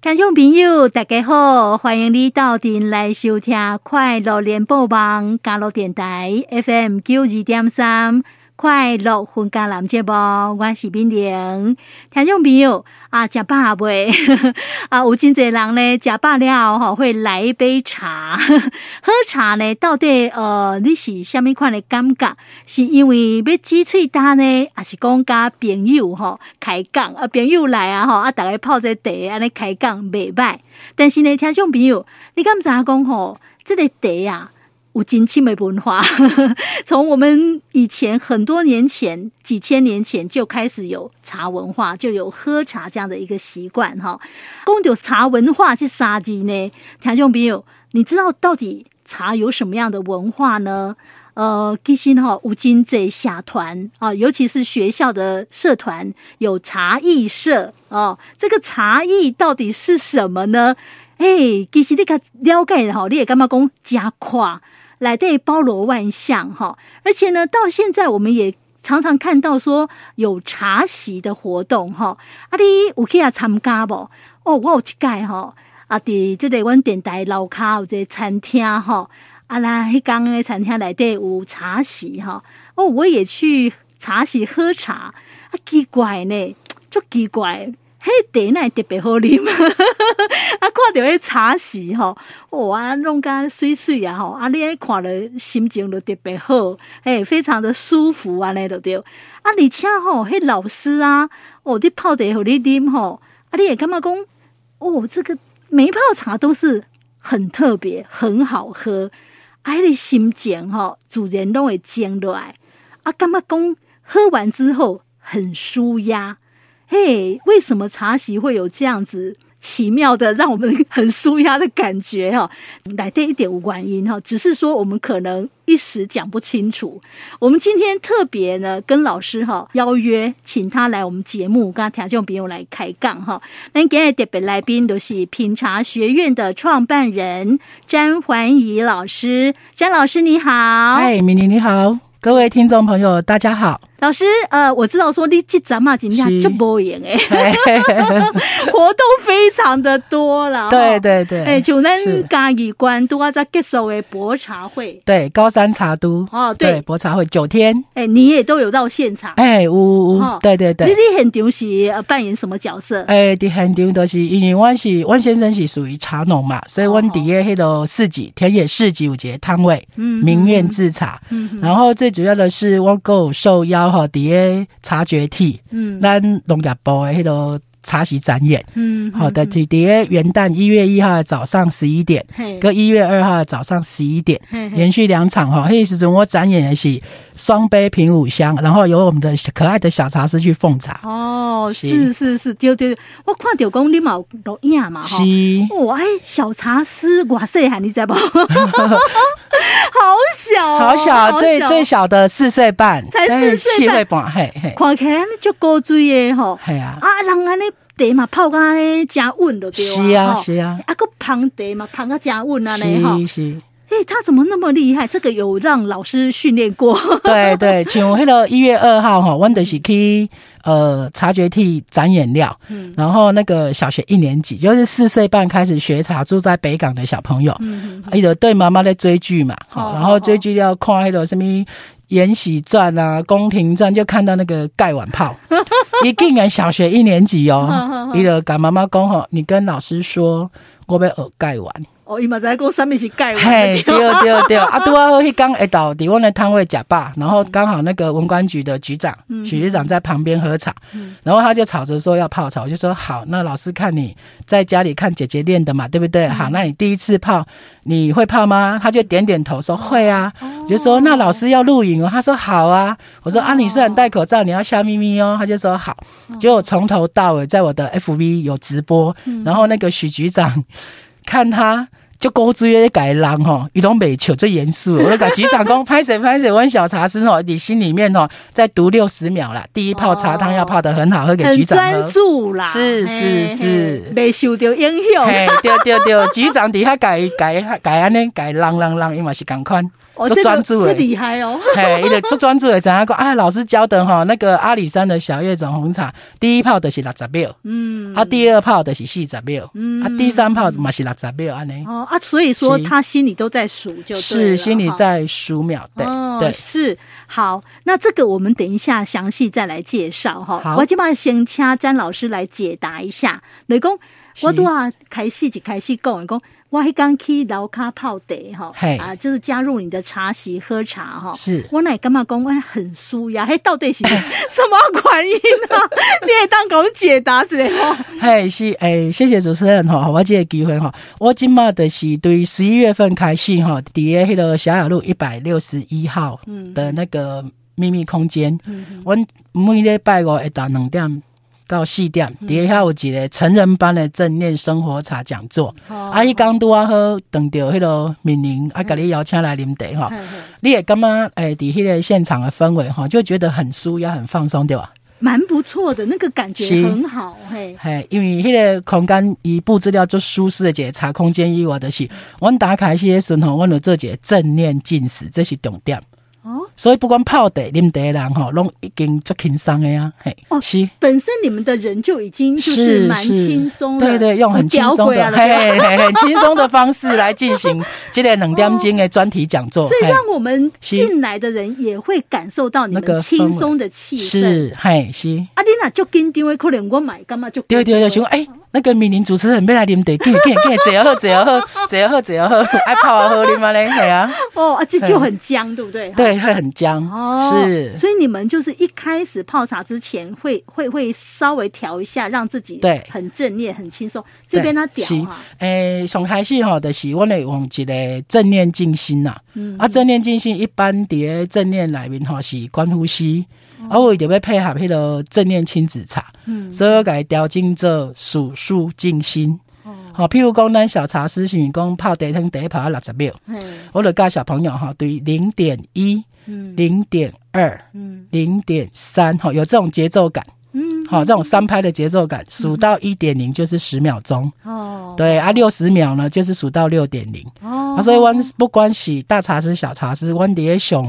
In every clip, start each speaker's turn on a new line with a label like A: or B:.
A: 听众朋友，大家好，欢迎你到店来收听《快乐联播网》加乐电台 FM 九二点三《快乐分家南》节目，我是敏玲。听众朋友啊，食饱未？ 啊，有真侪人咧，食饱了吼，会来一杯茶。 喝茶呢，到底呃，你是虾米款的感觉？是因为要挤喙焦呢，还是讲甲朋友吼、开讲啊？朋友来啊吼，啊，逐个泡者茶安尼开讲袂歹。但是呢，听众朋友，你敢知影讲吼，即、个茶啊，有真深的文化。 从我们以前很多年前、几千年前就开始有茶文化，就有喝茶这样的一个习惯哈。讲到茶文化是啥字呢？听众朋友，你知道到底茶有什么样的文化呢？呃，其实哈、有真济社团啊，尤其是学校的社团有茶艺社哦。这个茶艺到底是什么呢？哎、其实你较了解吼，你也感觉讲真快，来对包罗万象哈。而且呢，到现在我们也常常看到说有茶席的活动哈。啊，你有去啊参加无？哦，我有一届吼，啊，伫即个阮电台楼骹有一个餐厅吼，啊啦，迄工诶餐厅内底有茶席吼，哦，我也去茶席喝茶，啊，奇怪呢，足奇怪。迄茶哪会特别好啉， 啊，看着迄茶席吼，哇、啊，弄甲水水啊吼，啊，你安尼看了心情就特别好，嘿，非常的舒服安尼就对。啊，而且吼，迄老师啊，哦，你泡茶互你啉吼，啊，你会感觉讲，哦，这个每一泡茶都是很特别，很好喝，啊，迄、个心情吼，自然拢会静落来，啊，感觉讲喝完之后很舒压。嘿，为什么茶席会有这样子奇妙的让我们很舒压的感觉哈、来这一点无原因哈、哦只是说我们可能一时讲不清楚。我们今天特别呢跟老师哈、邀约，请他来我们节目，跟他听众朋友来开杠哈、咱今日特别来宾就是品茶学院的创办人詹环怡老师，詹老师你好。
B: 嗨，米妮你好，各位听众朋友大 家好。
A: 老师，呃，我知道说你这阵啊嘛，今天
B: 是
A: 就无闲 诶，
B: 哎
A: 活动非常的多啦。
B: 对
A: 吼，
B: 对对，
A: 哎、就咱
B: 是
A: 嘉义关拄啊才结束的博茶会，
B: 对高山茶都
A: 哦对
B: 对博茶会九天，
A: 哎、你也都有到现场。
B: 哎呜
A: 哦
B: 呜，对对
A: 你
B: 对，
A: 你很场是呃扮演什么角色？
B: 哎，伫现场都是因为阮是阮先生是属于茶农嘛，所以阮
A: 哦
B: 伫个迄个市集田野市集有一个摊位，
A: 嗯
B: 名苑制茶，
A: 嗯
B: 然后最主要的是我有受邀吼伫个察觉体，
A: 嗯
B: 咱农业部的迄个茶席展演。
A: 嗯，
B: 好的，就伫个元旦一月一号的早上十一点，
A: 嘿
B: 跟一月二号的早上十一点，
A: 嘿嘿
B: 连续两场哈。迄时阵我展演的是双杯平五香，然后由我们的小可爱的小茶师去奉茶。
A: 哦，
B: 是
A: 是是是，对对对，我看到讲你嘛有录影嘛吼
B: 是，
A: 哇，哎，小茶师，哇塞，喊你知 不？好小哦、
B: 好小，最
A: 小
B: 最小的四岁半，
A: 才
B: 但是
A: 四岁半
B: 会半，嘿嘿，
A: 看起来安尼足古锥的吼，
B: 嘿啊，
A: 啊，人安尼茶嘛泡甲安尼诚稳就对
B: 是啊
A: 吼
B: 是啊，
A: 啊，佮捧茶嘛捧甲诚稳安尼吼
B: 是，是，
A: 诶、他怎么那么厉害？这个有让老师训练过，
B: 对对，像迄个一月二号哈，我们就是去呃察觉替展演料，
A: 嗯
B: 然后那个小学一年级，就是四岁半开始学茶，住在北港的小朋友，
A: 嗯，
B: 伊就对妈妈在追剧嘛，
A: 哦
B: 好、然后追剧要看迄个什么《延禧传》啊，《宫廷传》，就看到那个盖碗 泡，伊竟然小学一年级哦，伊就跟妈妈讲吼，你跟老师说。我要学盖碗，
A: 哦，伊嘛知影讲啥物是盖碗
B: 嘿，
A: 的
B: 对
A: 对吧，
B: 对对，啊，拄好迄刚下到伫阮的摊位食饱，然后刚好那个文管局的局长，许局长在旁边喝茶，然后他就吵着说要泡茶，我就说好，那老师看你在家里看姐姐练的嘛，对不对？好，那你第一次泡，你会泡吗？他就点点头说会啊，我就说那老师要录影哦，他说好啊，
A: 哦
B: 我说啊，你虽然戴口罩，你要笑眯眯哦，他就说好，
A: 嗯
B: 结果从头到尾在我的 FV 有直播，
A: 嗯
B: 然后那个许局长看他。就勾住咧改人吼，哦伊拢袂笑，最严肃哦的。我就甲局长讲，拍谁拍谁，阮小茶师吼，你心里面吼哦在读六十秒啦。第一泡茶汤要泡得很好喝给
A: 哦很
B: 局长
A: 专
B: 喝。
A: 注啦，
B: 是
A: 嘿
B: 是
A: 嘿
B: 是
A: 未受到影响。
B: 嘿，对对对，局长底下改改改安尼改，人人人伊嘛是共款。
A: 哦，
B: 就
A: 这
B: 专
A: 个
B: 注欸
A: 这
B: 诶。
A: 厉害哦，
B: 嘿，伊就做专注的，知影讲？哎，老师教的吼，那个阿里山的小叶种红茶，第一泡就是六十秒，
A: 嗯，
B: 啊，第二泡就是四十秒，
A: 嗯
B: 啊，第三泡嘛是六十秒，安尼
A: 哦啊，所以说
B: 是
A: 他心里都在数就对
B: 是
A: 了
B: 心里
A: 哈
B: 在数秒，对
A: 哦、
B: 对，
A: 是好。那这个我们等一下详细再来介绍哈。
B: 好
A: 我今晚先请詹老师来解答一下。雷公，
B: 是
A: 我拄啊开始一开始讲的讲，我迄刚去楼卡泡茶哈
B: 嘿，
A: 啊，就是加入你的茶席喝茶哈。
B: 是
A: 我那干嘛讲我很舒呀？嘿，到底 是什么原因啊？ 你也当给我们解答之类哦。
B: 嘿，是诶、谢谢主持人吼，给我这个机会吼，我今嘛的是对十一月份开始吼，底下迄个小雅路一百六十一号的那个秘密空间，阮、每礼拜五下昼两点。到四点，底下有一个成人班的正念生活茶讲座。
A: 哦
B: 啊，伊刚拄啊好等到迄个敏玲，啊，甲你邀请来啉茶吼
A: 嘿，嘿
B: 你会感觉诶，伫迄个现场的氛围吼，就觉得很舒压、很放松，对吧？
A: 蛮不错的，那个感觉
B: 是
A: 很好，嘿，
B: 嘿，因为迄个空间伊布置了足舒适的一个茶空间以外，就是阮打开迄个时候，阮有做一个正念进食，这是重点。
A: 哦，
B: 所以不管泡茶、啉茶的人吼，拢已经足轻松的啊。嘿，
A: 哦
B: 是
A: 本身你们的人就已经就是蛮轻松的，
B: 对对，用很轻
A: 屌
B: 松
A: 鬼
B: 的
A: 啊，
B: 嘿嘿嘿，很轻松的方式来进行这个两点钟的专题讲座。
A: 哦所以
B: 嘿
A: 让我们
B: 是
A: 进来的人也会感受到你
B: 那
A: 们
B: 个氛
A: 轻
B: 围
A: 松的气氛。
B: 是嘿是。
A: 啊，你那就跟定位可能我买干嘛就
B: 对对对，想讲哎、那个闽林主持人要来啉茶， 给给给，坐好坐好坐好坐好，爱泡啊好啉啊嘞，系啊。
A: 哦，啊，这就很僵，对不对？
B: 对，会很僵，
A: 哦，
B: 是，
A: 所以你们就是一开始泡茶之前会会会稍微调一下，让自己
B: 对
A: 很正念、很轻松。
B: 对
A: 这边他屌
B: 是
A: 啊，
B: 诶，上开始吼，就是我们用一个正念静心呐
A: 嗯，
B: 啊，正念静心一般伫诶正念内面吼是观呼吸，啊，我就要配合迄个正念亲子茶，
A: 哦嗯，
B: 所以我改调整做数数静心。
A: 哦
B: 好，譬如讲，咱小茶师是讲泡茶汤，第一泡到啊六十秒，
A: 嗯
B: 我就教小朋友吼，对零点一、
A: 嗯
B: 零点二、
A: 嗯
B: 零点三，吼，有这种节奏感。
A: 嗯，
B: 好、这种三拍的节奏感，数到一点零就是十秒钟，
A: 哦，
B: 对啊，六十秒呢就是数到六点零。
A: 哦
B: 啊，所以阮不管是大茶师、小茶师，阮伫咧上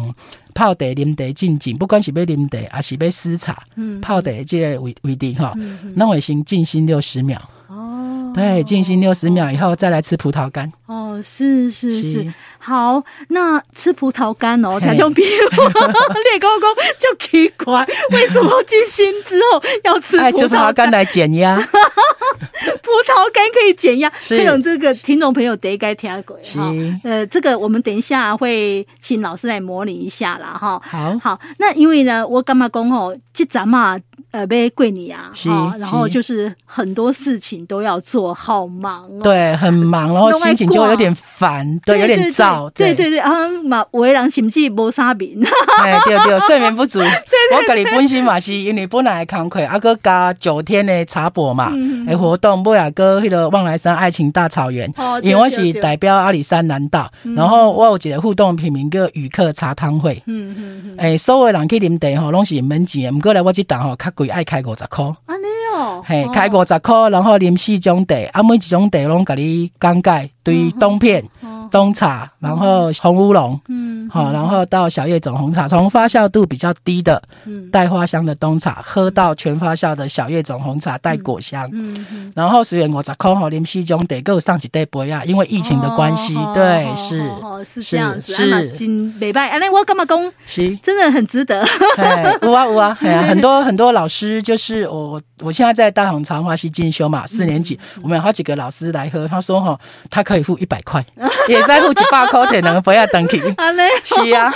B: 泡茶、啉茶进前，不管是要啉茶，还是要私茶，
A: 嗯
B: 泡茶的这个位位置吼，那我先静心六十秒，
A: 哦，
B: 对，静心六十秒以后再来吃葡萄干，
A: 哦，是是是，
B: 是
A: 好，那吃葡萄干哦，
B: 嘿
A: 他兄弟， 你公公就奇怪，为什么进心之后要吃
B: 爱
A: 葡
B: 哎吃葡萄
A: 萄
B: 干
A: 干？
B: 来减 压，
A: 葡萄干可以减压，
B: 是
A: 这种这个听众朋友得该听鬼
B: 是
A: 哈。呃，这个我们等一下会请老师来模拟一下啦哈。
B: 好
A: 好，那因为呢，我干嘛讲吼，这咱嘛。呃，被跪你啊，
B: 是
A: 哈，然后
B: 是
A: 就是很多事情都要做，好忙哦。
B: 对，很忙，然后心情就会有点烦，对，有点燥，
A: 对对对，啊嘛，为人甚至无啥面，
B: 哎，对对，睡眠 不足。我家己本身嘛是因为本来的工课，啊，佮加九天的茶博
A: 嗯
B: 嘛，诶活动，尾啊，佮迄个望来山爱情大草原
A: 哦，对
B: 因为我
A: 对嗯
B: 是
A: 对
B: 代表阿里山南岛，然后我有一个互动品名叫语客茶汤会。
A: 嗯嗯嗯，
B: 诶，所有人去啉茶吼，拢是免钱的。毋过来我即档吼，较贵爱开五十箍，
A: 安尼哦，
B: 嘿，
A: 哦
B: 开五十箍，然后啉四种茶，啊，每一种茶拢甲你讲解，对冬片、
A: 哦
B: 冬茶，然后红乌龙，
A: 嗯
B: 好，然后到小叶种红茶，从发酵度比较低的
A: 嗯
B: 带花香的冬茶，喝到全发酵的小叶种红茶带果香。
A: 嗯嗯，
B: 然后虽然我十块吼，林西中得够上几袋杯啊，因为疫情的关系，
A: 哦
B: 对，
A: 哦
B: 是
A: 哦哦是这样子，
B: 是
A: 啊嘛真袂歹，安尼我干嘛讲，，
B: 是
A: 真的很值 得，
B: 哎，有啊有啊，哎呀，很多很多老师就是我我我现在在大同长华西进修嘛，四年级，
A: 嗯
B: 我们有好几个老师来喝，他说哈，他可以付一百块，也在付几百块， 可能不要等去，
A: 安尼
B: 是啊，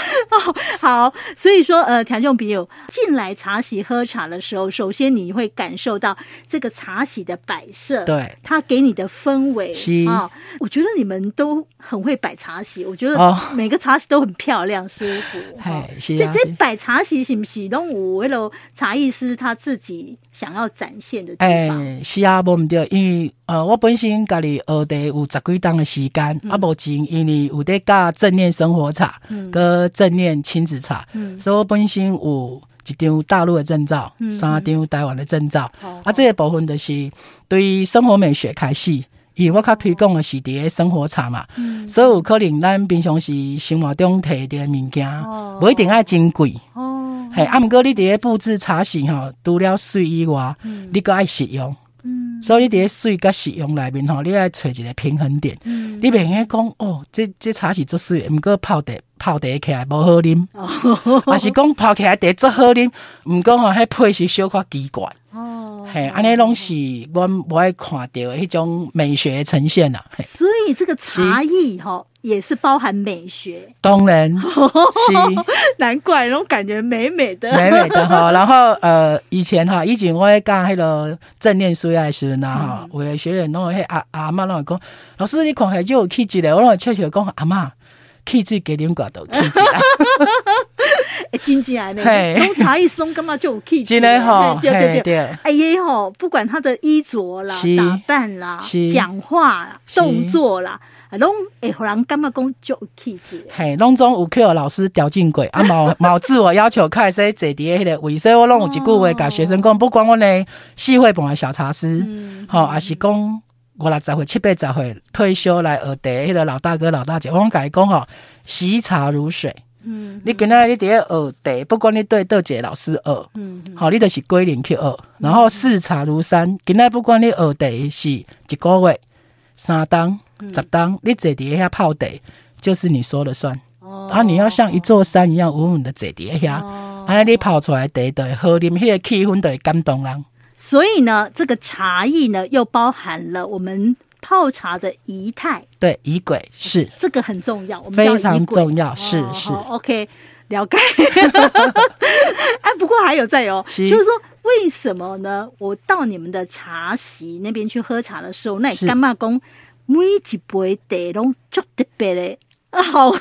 A: 好，所以说呃，田众笔友进来茶席喝茶的时候，首先你会感受到这个茶席的摆设，
B: 对，
A: 它给你的氛围
B: 是
A: 啊、我觉得你们都很会摆茶席，我觉得
B: 哦
A: 每个茶席都很漂亮、舒服。哈
B: 哎，是
A: 这
B: 啊，
A: 这
B: 是
A: 摆茶席是不是都有那种茶艺师他自己想要展现的地
B: 诶、
A: 方？
B: 是啊，无毋对，因为呃，我本身家己学地有十几档的时间，
A: 嗯
B: 啊，无钱，因为有在教正念生活茶，跟正念亲子茶，
A: 嗯
B: 所以我本身有一张大陆的证照，
A: 嗯
B: 三张台湾的证照，
A: 好
B: 啊，这个部分就是对于生活美学开始。因为我较推广的是伫个生活茶嘛，
A: 嗯
B: 所以有可能咱平常时生活中摕着物件，无一定爱真贵。
A: 哦，
B: 嘿，啊，毋过你伫咧布置茶室吼，除了水以外，你个爱实用，
A: 嗯
B: 所以你伫咧水甲实用内面吼，你爱找一个平衡点。
A: 嗯，
B: 你袂用讲哦，这这茶是做水的，毋过泡茶泡茶起来无好啉，
A: 哦
B: 啊是讲泡起来茶足好啉，毋过吼迄配是小可奇怪，
A: 哦，
B: 嘿，哎安尼拢是阮无爱看到的迄种美学的呈现啦。嘿
A: 所以这个茶艺哈也是包含美 学，
B: 当然是。
A: 难怪那种感觉美美的。
B: 美美的哈。然后呃，以前哈，以前我咧教迄个正念书的时阵
A: 嗯
B: 啊哈，有的学员拢迄阿阿嬷拢会讲，老师你看起来就有气质咧，我拢会笑笑讲阿嬷气质给恁寡都气质啊，
A: 哎，真正来呢，
B: 嘿
A: 弄茶一松，干嘛就有气质
B: 真
A: 了？
B: 的吼，
A: 嘿 对对
B: 嘿
A: 对。
B: 对，
A: 哎耶吼，不管他的衣着啦、
B: 是
A: 打扮啦、
B: 是
A: 讲话啦、
B: 是
A: 动作啦，啊，拢会互人感觉讲就有气质的。
B: 嘿，拢总有去互老师调进过，啊，冇冇自我要求，开始坐伫迄个位，所以我拢有一句话
A: 哦
B: 甲学生讲，不管我呢四会本的小茶师。
A: 嗯，
B: 吼、也是讲五六十岁、七八十岁退休来学茶，迄、个老大哥、老大姐，我拢甲伊讲吼，惜茶如水。
A: 嗯
B: 你今仔日伫咧学茶，不管你对倒一个老师学，吼、
A: 嗯，
B: 你就是归零去学。然后视茶如山，今仔不管你学茶是一个月、三冬、
A: 嗯
B: 十冬，你坐伫遐泡茶，就是你说了算。
A: 哦
B: 啊，你要像一座山一样稳稳的坐伫遐，
A: 哦
B: 安尼、你泡出来的茶就会好啉，迄、个气氛就会感动人。
A: 所以呢，这个茶艺呢，又包含了我们泡茶的仪态，
B: 对，仪轨是。
A: 这个很重要，我们叫
B: 非常
A: 仪轨
B: 重要，是
A: 哦
B: 是
A: 好，OK，了解。 哎，不过还有在哦，
B: 是
A: 就是说为什么呢？我到你们的茶席那边去喝茶的时候，那
B: 是
A: 干嘛讲每一杯茶拢足特别的。啊，好喝，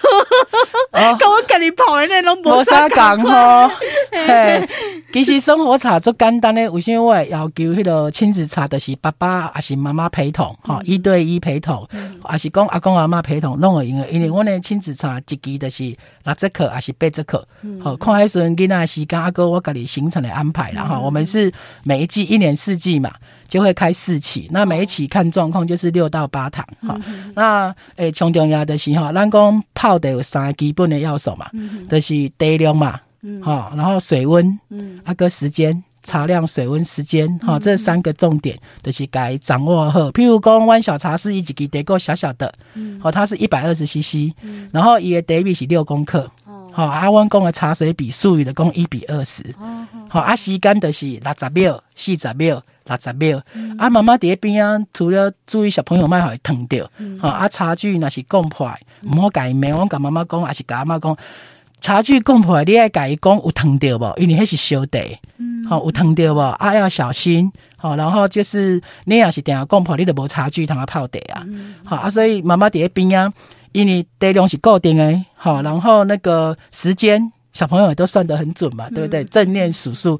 B: 哦，
A: 跟我跟你泡的那拢
B: 无
A: 无啥
B: 啥
A: 感。
B: 讲 吼。嘿，其实生活茶足简单诶，为啥我会要求迄个亲子茶，就是爸爸还是妈妈陪同，吼、一对一陪同，还是讲阿公阿嬷陪同，拢会用诶。因为阮诶亲子茶一期就是六节课，还是八节课，吼、看迄时阵囡仔的时间，阿哥我家己行程的安排啦，吼、我们是每一季一年四季嘛。就会开四期，那每一期看状况就是六到八堂哈、那诶，上重要的是吼，咱讲泡茶有三个基本的要素嘛，就是茶量嘛，哈、然后水温，
A: 嗯
B: 啊个时间。茶量、水温、时间，哈、这三个重点就是该掌握好。譬如讲，湾小茶是一级得够小小的，哦，它是一百二十 CC，然后伊的茶比是六公克，
A: 哦
B: 好、啊，阮讲的茶水比术语的讲一比二十，
A: 哦
B: 好、啊，时间就是六十秒、四十秒、六十秒。啊，妈妈伫咧边啊，除了注意小朋友莫互伊烫着，吼啊，差距若是讲破的，毋好家己骂，我甲妈妈讲，也是甲阿妈讲。差距讲破的，你爱家己讲有烫着无？因为迄是小地，吼、有烫着无？啊，要小心，吼、然后就是你若是定下讲破，你就无差距通啊泡茶啊，吼、啊，所以妈妈伫咧边啊，因为茶量是固定的，吼、然后那个时间。小朋友也都算得很准
A: 嗯
B: 嘛，对不对？正念数数，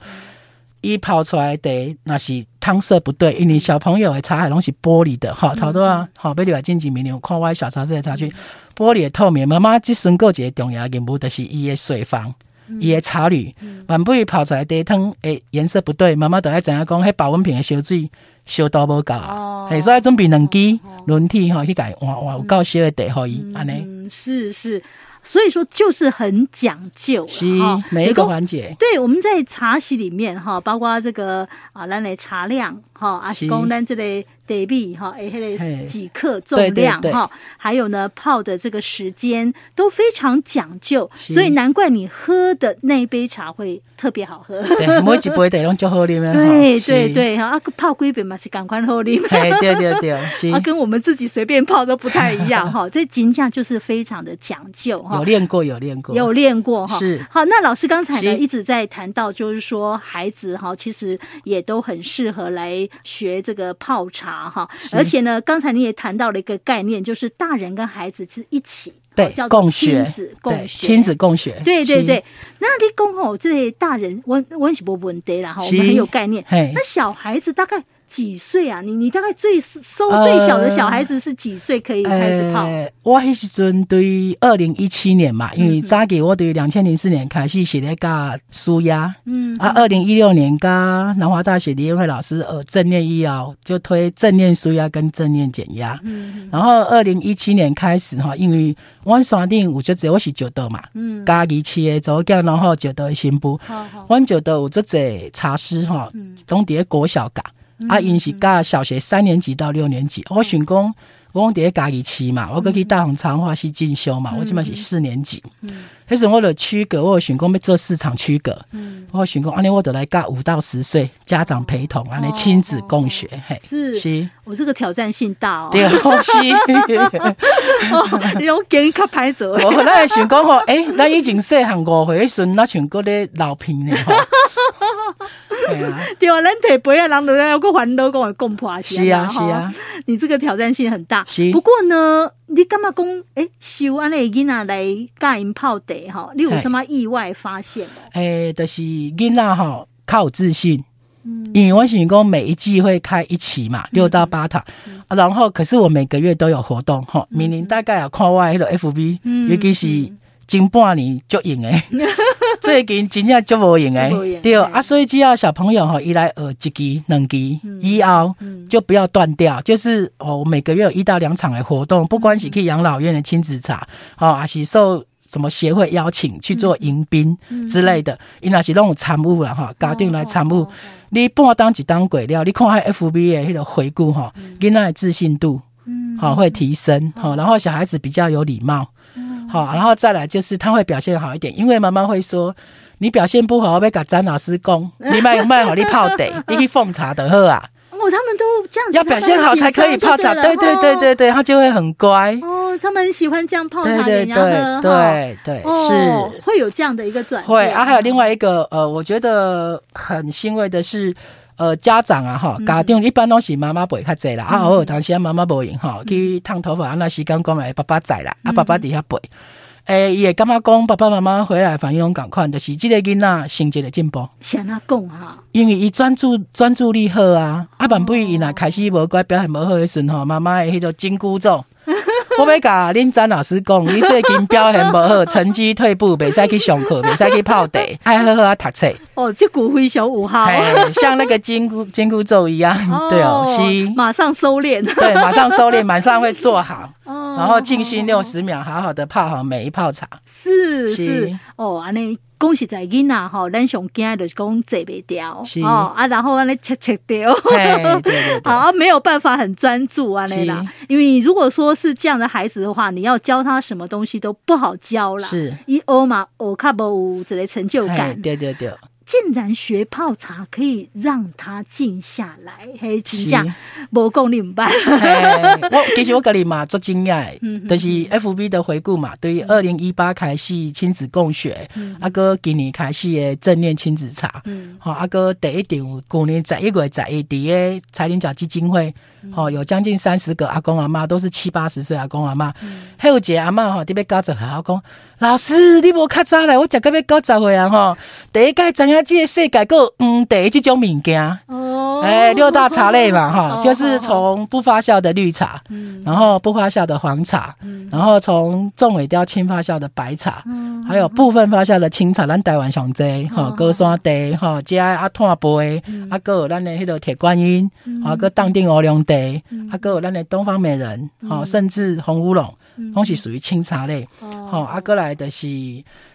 B: 伊泡出来的那是汤色不对，因为小朋友的茶海拢是玻璃的，
A: 嗯
B: 吼，头拄啊，吼，要入来近几明年有看我的小茶室的茶具，玻璃的透明。妈妈即阵有一个重要的任务，就是伊的水房。
A: 嗯
B: 伊的茶滤，万不伊泡出来的汤诶颜色不对，妈妈都爱知影讲，迄保温瓶的烧水烧度无够
A: 哦
B: 啊，嘿、所以准备两支轮替吼，去改换换有够烧的茶互伊安尼，
A: 嗯，是是，所以说就是很讲究啦，
B: 是
A: 哈
B: 每一
A: 就
B: 个
A: 讲
B: 环节
A: 对，我们在茶席里面哈，包括这个啊，咱的茶量哈，啊是
B: 是
A: 讲咱这个茶比哈，诶，迄个
B: 嘿
A: 几克重量
B: 对对对
A: 哈，还有呢泡的这个时间都非常讲究，
B: 是
A: 所以难怪你喝的那一杯茶会特别好 喝。
B: 对，每一杯茶拢足好啉的吼
A: 对对，
B: 是
A: 对哈，啊泡龟杯嘛是赶快喝啉。
B: 嘿，对对对，是
A: 啊，跟我们自己随便泡都不太一 样哈，这金价就是非常的讲究哈
B: 有。练过，有练过，
A: 有练过哈。
B: 是
A: 好，那老师刚才呢
B: 是
A: 一直在谈到，就是说孩子哈，其实也都很适合来学这个泡茶哈。而且呢，刚才你也谈到了一个概念，就是大人跟孩子是一起。哦
B: 对
A: 叫做
B: 共
A: 亲
B: 学
A: 子，共
B: 对
A: 学，
B: 亲子共学，
A: 对对
B: 是
A: 对，。那你讲吼，这些大人温温习不问题啦哈，我
B: 是
A: 们很有概念。
B: 嘿
A: 那小孩子大概几岁啊？你你大概最收最小的小孩子是几岁可以开始泡？嗯
B: 呃我迄时阵对二零一七年嘛，因为早期我对两千零四年开始是咧教舒压，
A: 嗯
B: 啊，二零一六年跟南华大学李英慧老师呃正念医疗就推正念舒压跟正念减压，
A: 嗯
B: 然后二零一七年开始哈，因为阮山顶有就只我是石道嘛，
A: 嗯，
B: 家己饲的早间，然后石道的新妇，
A: 好好，
B: 阮石道有就只茶师哈，
A: 嗯
B: 拢伫咧国小教。啊，因是教小学三年级到六年级，
A: 嗯
B: 我想讲，我讲伫咧家己饲嘛，我过去大红长化系进修嘛，我即满是四年级，
A: 嗯
B: 迄阵我就区隔，我有想讲要做市场区隔，
A: 嗯，
B: 我有想讲，安尼我就来教五到十岁家长陪同，安尼亲子共学，嘿，
A: 哦是
B: 是，
A: 我这个挑战性大哦，
B: 对，啊 是。
A: 哦， 你拢给你较歹做。
B: 我哦咱会想讲吼， 诶、咱以前细汉五岁迄阵，咱像搁咧老片 呢吼。对啊，
A: 对啊，咱提杯啊，人就要个烦恼，讲会讲破是
B: 是啊，
A: 这
B: 是
A: 样
B: 啊
A: 吼，，你这个挑战性很大。
B: 是
A: 不过呢，你感觉讲，诶，收安尼的囡仔来教因泡茶吼，你有
B: 嘿
A: 什么意外发现吗？
B: 诶、就是囡仔吼较有自信，
A: 嗯
B: 因为我想讲每一季会开一期嘛，六到八堂，
A: 嗯
B: 啊然后可是我每个月都有活动吼，明年大概也看我迄个 FB，、
A: 嗯
B: 尤其是近半年足用 诶，最近真正足无用
A: 足无
B: 诶，
A: 用
B: 对
A: 嘿
B: 啊，所以只要小朋友吼，伊来学一期、两期、以后。
A: 嗯
B: 就不要断掉，就是哦，我每个月有一到两场的活动，不管是去养老院的亲子茶，哦，还是受什么协会邀请去做迎宾
A: 嗯
B: 之类的，因那是拢有参悟了
A: 哦
B: 哈，家长来参悟。你半当一当鬼料，你看下 FB 的迄个回顾哈，囡仔的自信度
A: 嗯嗯
B: 好、哦会提升好、哦然后小孩子比较有礼貌好、然后再来就是他会表现好一点，因为妈妈会说。你表现不好，我要甲詹老师讲，你卖卖好你泡茶，你去奉茶就好啊。
A: 哦，他们都这样子，
B: 要表现好才可以泡茶，
A: 他们
B: 对
A: 就紧张就
B: 对对
A: 对了。
B: 对对，他就会很乖，
A: 哦，哦他们很喜欢这样泡
B: 对
A: 茶
B: 对
A: 给人
B: 对
A: 家喝，哈
B: 对对
A: 哦
B: 是，
A: 会有这样的一个转变。
B: 会啊。还有另外一个呃，我觉得很欣慰的是，呃，家长啊
A: 嗯
B: 哈，家长一般都是妈妈陪较济啦，啊偶尔当时啊妈妈陪用
A: 嗯
B: 哈，去烫头发啊那时间讲来爸爸在啦，啊爸爸底下陪。诶，伊会感觉讲爸爸妈妈回来反应共款，就是即个囡仔成绩的进步，
A: 想他讲哈，
B: 因为伊专注专注力好啊，
A: 哦
B: 啊，万不伊若开始无乖表现无好的时阵吼，妈妈的迄个金箍咒， 我要甲恁詹老师讲，你最近表现无好，成绩退步，袂使去上 课，袂使去泡茶，爱好好啊读册，
A: 哦，这骨灰小五号，
B: 嘿，像那个金箍金箍咒一样，对哦， 是，
A: 马上收敛。
B: 对，马上收敛，马上会做好，
A: 哦
B: 然后静心六十秒，好好的泡好每一泡 茶，
A: 是
B: 是
A: 是哦，安尼讲实在囡仔吼，咱上惊就是讲坐袂掉
B: 是
A: 哦啊，然后安尼切切掉。
B: 嘿，对对
A: 好、
B: 对，
A: 啊，没有办法很专注啊，那啦，因为如果说是这样的孩子的话，你要教他什么东西都不好教啦。
B: 是，
A: 一欧嘛，欧卡无有一个成就
B: 嘿
A: 感，。
B: 对对对，
A: 竟然学泡茶可以让他静下来，嘿，真
B: 是。
A: 正无讲你唔捌。
B: 嘿，我其实我个人嘛做惊讶
A: 嗯哼，
B: 就是 FB 的回顾嘛，对于二零一八开始亲子共学，啊哥今年开始的正念亲子茶，
A: 嗯
B: 吼啊哥第一场去年十一月十一伫个财林角基金会，
A: 嗯
B: 吼有将近三十个阿公阿妈，都是七八十岁阿公阿妈，
A: 嗯
B: 还有一个阿嬷吼，伫要九十岁，我讲老师你无较早来，我食到要九十岁啊吼，第一届知影即个世界个嗯第一即种物件。
A: 哦
B: 哎，六大茶类嘛，哈，就是
A: 哦
B: 从不发酵的绿茶，
A: 嗯
B: 然后不发酵的黄茶，然后从重尾雕轻发酵的白茶，
A: 嗯
B: 还有部分发酵的青茶，咱台湾上济，哈，高山茶，哈，加啊炭杯，
A: 嗯
B: 啊，还有咱的迄个铁观音，啊，个当地乌龙茶，
A: 嗯
B: 啊，还有咱的东方美人，哈，甚至红乌龙，拢是属于青茶类，
A: 嗯哦
B: 哈，啊，过来就是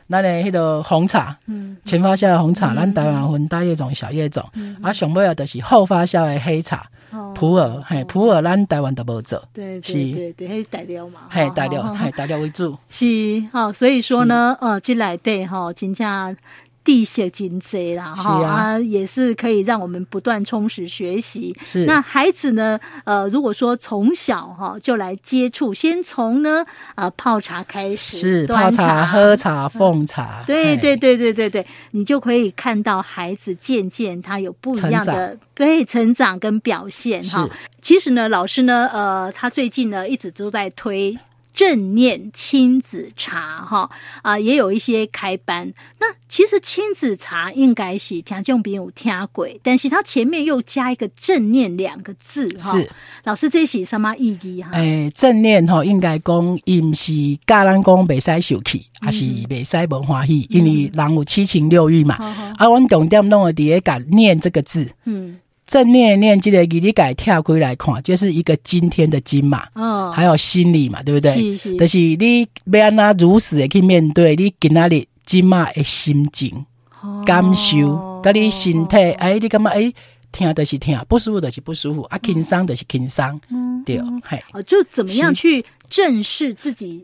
B: 咱的迄个红茶，
A: 嗯
B: 全发酵的红茶，咱台湾分大叶种、小叶种，啊，上尾啊就是后发酵的黑茶，
A: 哦
B: 普洱，嘿，普洱咱台湾都无做，
A: 对
B: 是
A: 对对对，迄代料嘛，
B: 嘿
A: 吼，
B: 大料，
A: 吼
B: 嘿，大料为主，
A: 是吼，所以说呢，呃，这内底吼，真正。地识真济啦，哈
B: 是啊
A: 也是可以让我们不断充实学习。
B: 是
A: 那孩子呢，呃，如果说从小哈、就来接触，先从呢呃泡茶开始，
B: 是泡
A: 端
B: 茶、喝茶、奉茶，
A: 对
B: 嘿
A: 对，对对对对，你就可以看到孩子渐渐他有不一样
B: 成
A: 的对成长跟表现哈
B: 是。
A: 其实呢，老师呢，呃，他最近呢一直都在推。正念亲子茶哈啊、也有一些开班。那其实亲子茶应该是听众朋友听过，但是它前面又加一个正念两个字哈。
B: 是，哎
A: 老师这是什么意义哈？
B: 诶、正念吼，应该讲，伊毋是教咱讲袂使受气，
A: 嗯
B: 也是袂使无欢喜，因为人有七情六欲嘛。
A: 好好
B: 啊，阮重点弄个伫咧甲念这个字，
A: 嗯
B: 正念念这个字，你改跳开来看，就是一个今天的今嘛，
A: 哦，
B: 还有心理嘛，对不对？
A: 是是
B: 就是你要安那如实的去面对你今仔日今嘛的心情、
A: 哦
B: 感受，甲你身体，哎，你感觉哎，听就是听，不舒服就是不舒服，啊，
A: 嗯
B: 轻松就是轻松，对，嘿。
A: 哦，就怎么样去正视自己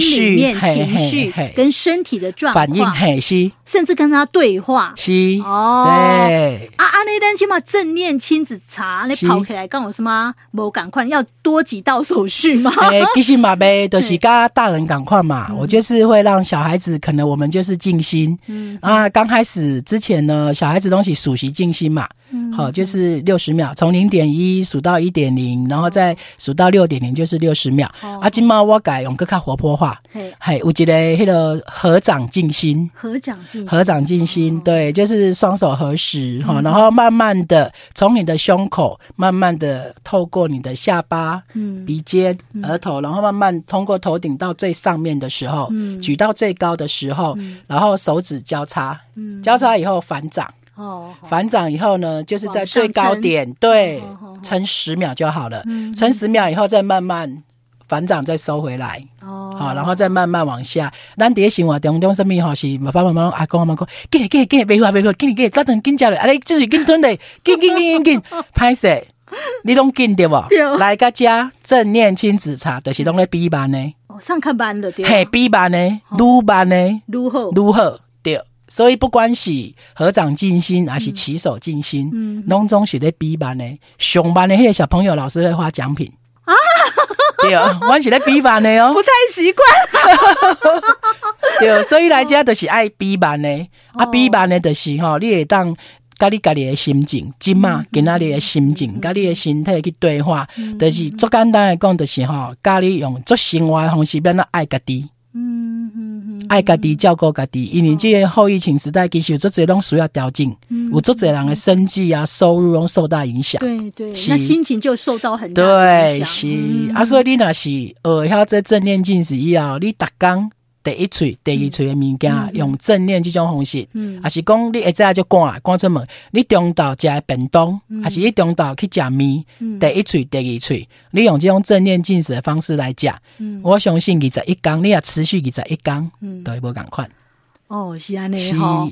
A: 心里
B: 绪
A: 面
B: 嘿
A: 情
B: 嘿
A: 绪
B: 嘿
A: 跟身体的状
B: 反应
A: 况，
B: 嘿是
A: 甚至跟他对话。
B: 是，
A: 哦
B: 对，
A: 啊啊！那咱起码正念亲子茶，你
B: 是
A: 跑起来干我什么？某赶快要多几道手续吗？
B: 哎、 其实嘛呗，就是跟大人赶快嘛。我就是会让小孩子，可能我们就是静心。
A: 嗯
B: 啊，刚开始之前呢，小孩子东西数息静心嘛，
A: 嗯
B: 好、就是六十秒，从零点一数到一点零，然后再数到六点零，就是六十秒。
A: 哦
B: 啊，今嘛我改用更较活泼化，
A: 嘿，
B: 还有一个迄个合掌静心。
A: 合掌进行
B: 合掌静心，
A: 嗯
B: 对，就是双手合十哈，然后慢慢的从你的胸口，慢慢的透过你的下巴、
A: 嗯
B: 鼻尖、额头，然后慢慢通过头顶到最上面的时候，
A: 嗯
B: 举到最高的时候，然后手指交叉，
A: 嗯
B: 交叉以后反掌，
A: 哦，好
B: 反掌以后呢，就是在
A: 往上
B: 最高点，对
A: 哦哦哦，
B: 撑十秒就好了
A: 嗯，
B: 撑十秒以后再慢慢反掌再收回来，
A: 哦，
B: 好，然后再慢慢往下。咱伫生活当中，什么吼是爸爸妈妈、阿公阿妈讲，紧嘞紧嘞紧嘞，别话别话，紧嘞紧嘞，早顿紧食嘞，啊你就是紧吞嘞，紧紧紧紧 紧，歹势，你拢紧对无？
A: 对
B: 来个家正念亲子茶，就是拢咧比班呢，
A: 哦上课班了对吧，哦
B: 嘿比班呢，愈班呢，
A: 如何？
B: 愈好对。所以不管是合掌静心，还是起手静心，
A: 嗯
B: 拢总是咧比班呢，上班的迄个小朋友，老师会发奖品。
A: 啊
B: 对，阮是咧比班的哦。
A: 不太习惯，
B: 对，所以来遮就是爱比慢的，啊，
A: 哦
B: 比慢的就是吼，你会当。甲你家己的心情，即
A: 嗯
B: 嘛，跟仔你的心情，甲你的身体去对话，就是
A: 嗯
B: 足简单的讲，就是吼，教你用足生活的方式，变做爱家己，
A: 嗯嗯嗯，
B: 爱家己照顾家己。因为即个后疫情时代，其实有足侪拢需要调整，
A: 嗯
B: 有足侪人的生计啊、收入拢受到影响。
A: 对对，
B: 是
A: 那心情就受到很大的
B: 对
A: 影，响
B: 是
A: 嗯
B: 啊，所以你若是学晓这正念进食以后，你逐工第一喙、第二喙的物件、用正念即种方式，
A: 嗯
B: 啊是讲你一早就赶赶出门，你中昼食的便当，啊是你中昼去食面，
A: 嗯
B: 第一喙、第二喙，你用即种正念进食的方式来食，
A: 嗯
B: 我相信二十一工，你也持续二十一工，
A: 嗯
B: 都会无共款，
A: 哦，是安内
B: 是
A: 哈。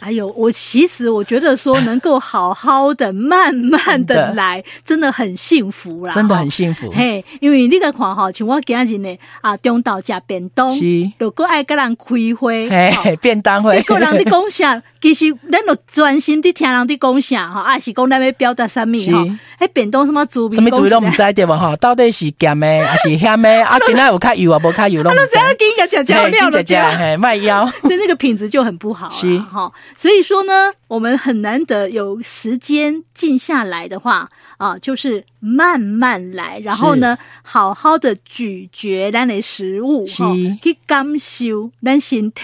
A: 哎呦，我其实我觉得说能够好好的、慢慢
B: 真
A: 的
B: 的
A: 来，真的很幸福啦，
B: 真的
A: 哦
B: 很幸福。
A: 嘿，因为你个看吼，像我今日呢啊，中昼食便当，
B: 是
A: 如果爱跟人开会，吼
B: 嘿，便当会
A: 你， 个人伫讲啥，其实咱就专心伫听人伫讲啥吼，啊是讲咱要表达啥物
B: 是
A: 吼，迄便当什么滋味，
B: 什么主意
A: 讲
B: 都
A: 出
B: 毋
A: 来
B: 知对无吼，到底是咸的还是咸的？啊，今仔有较油啊，无较油拢毋
A: 只要
B: 知。
A: 给人家讲料了，
B: 嘿，
A: 对
B: 姐
A: 吧
B: 嘿，卖 腰，
A: 所以那个品质就很不好
B: 是
A: 了哈。所以说呢，我们很难得有时间静下来的话啊，就是慢慢来，然后呢，好好的咀嚼咱的食物
B: 是
A: 哈，去感受咱身体